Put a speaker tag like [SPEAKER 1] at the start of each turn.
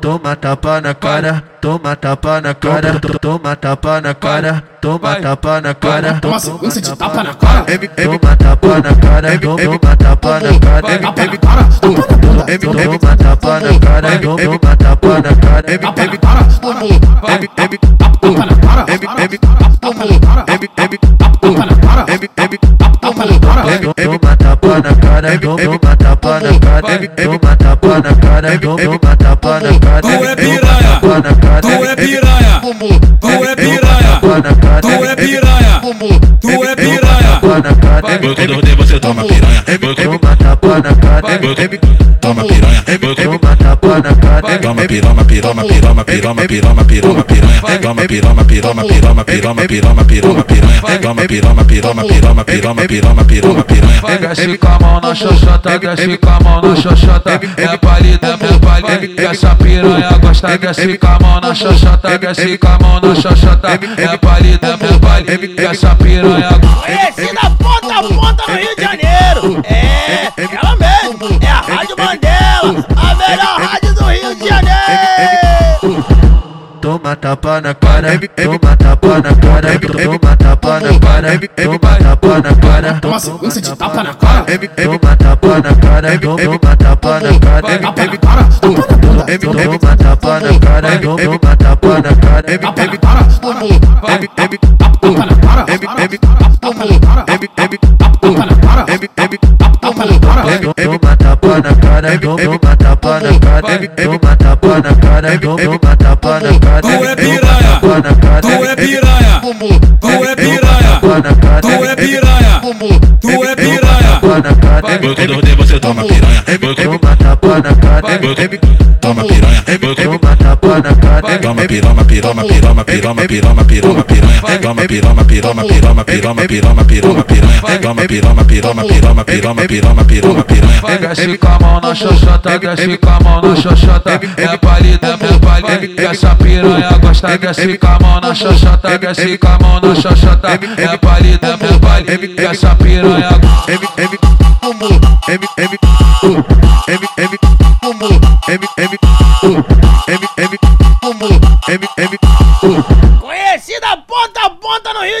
[SPEAKER 1] toma tapa na cara, toma tapa na cara, toma tapa na cara, toma tapa na cara,
[SPEAKER 2] Toma sequência de tapa na cara.
[SPEAKER 1] toma tapa na cara, toma tapa na cara,
[SPEAKER 2] Tapa na cara.
[SPEAKER 1] toma
[SPEAKER 2] Tapa na bunda.
[SPEAKER 1] tapa na cara, toma tapa na cara,
[SPEAKER 2] Tapa na cara. Tapa na cara. Tapa na cara. Tapa na cara. Tapa na cara.
[SPEAKER 1] toma tapa na cara, toma tapa na cara, toma tapa na cara, toma tapa na cara,
[SPEAKER 3] Tu é piranha, tu é piranha, tu é piranha, tu é piranha, tu é piranha. Foi quando eu rodei você toma piranha, foi
[SPEAKER 4] é
[SPEAKER 3] quando-
[SPEAKER 1] Toma tapa na cara,
[SPEAKER 3] toma piranha, foi quando-
[SPEAKER 1] toma tapa na cara,
[SPEAKER 3] Toma piroma, piroma,
[SPEAKER 2] É.
[SPEAKER 3] piroma, piroma, piroma, piroma, piranha. Toma piroma, piroma, piroma, piroma, piroma, piroma, piranha. Toma piroma, piroma, piroma, piroma, piroma, piroma, piranha.
[SPEAKER 5] Desce com a mão na xoxota, desce com a mão na xoxota É palida, meu palida, essa piranha gosta Desce com a mão na xoxota, desce com a mão na xoxota É palida, meu palida, essa piranha gosta
[SPEAKER 4] Conheci da ponta a ponta no Rio de Janeiro. É, ela mesmo. É a Rádio Mandela, a melhor rádio do Ah, Rio de Janeiro.
[SPEAKER 1] Toma tapa na cara, toma tapa na cara, toma tapa na cara, toma tapa na cara,
[SPEAKER 2] Toma sequência de tapa na cara.
[SPEAKER 1] toma tapa na cara, toma tapa na cara,
[SPEAKER 2] Tapa na cara. Tapa na bunda.
[SPEAKER 1] toma tapa na cara, toma tapa na cara,
[SPEAKER 2] Tapa na cara.
[SPEAKER 1] toma
[SPEAKER 2] Tapa na cara. Tapa na cara. Tapa na cara. Tapa na cara.
[SPEAKER 1] tapa na cara, toma tapa na cara, toma tapa na cara, toma tapa na cara,
[SPEAKER 3] Tu é piranha, tu é piranha, tu é piranha, tu é piranha, tu é piranha. Foi quando eu rodei você toma piranha, foi quando-
[SPEAKER 1] Toma tapa na cara,
[SPEAKER 3] toma piranha, foi
[SPEAKER 1] toma
[SPEAKER 3] quando-
[SPEAKER 1] tapa na cara,
[SPEAKER 3] Toma piroma, piroma, piroma, piroma, piroma, piroma, piranha. Toma piroma, piroma, piroma, piroma, piroma, piroma, piranha. Toma piroma, piroma, piroma, piroma, piroma, piroma, piranha.
[SPEAKER 5] Desce com a mão na xoxota, desce com a mão na xoxota É palida, meu palida, essa piranha gosta Desce com a mão na xoxota, desce com a mão na xoxota É palida, meu palida, essa piranha gosta
[SPEAKER 4] Conheci da ponta a ponta no Rio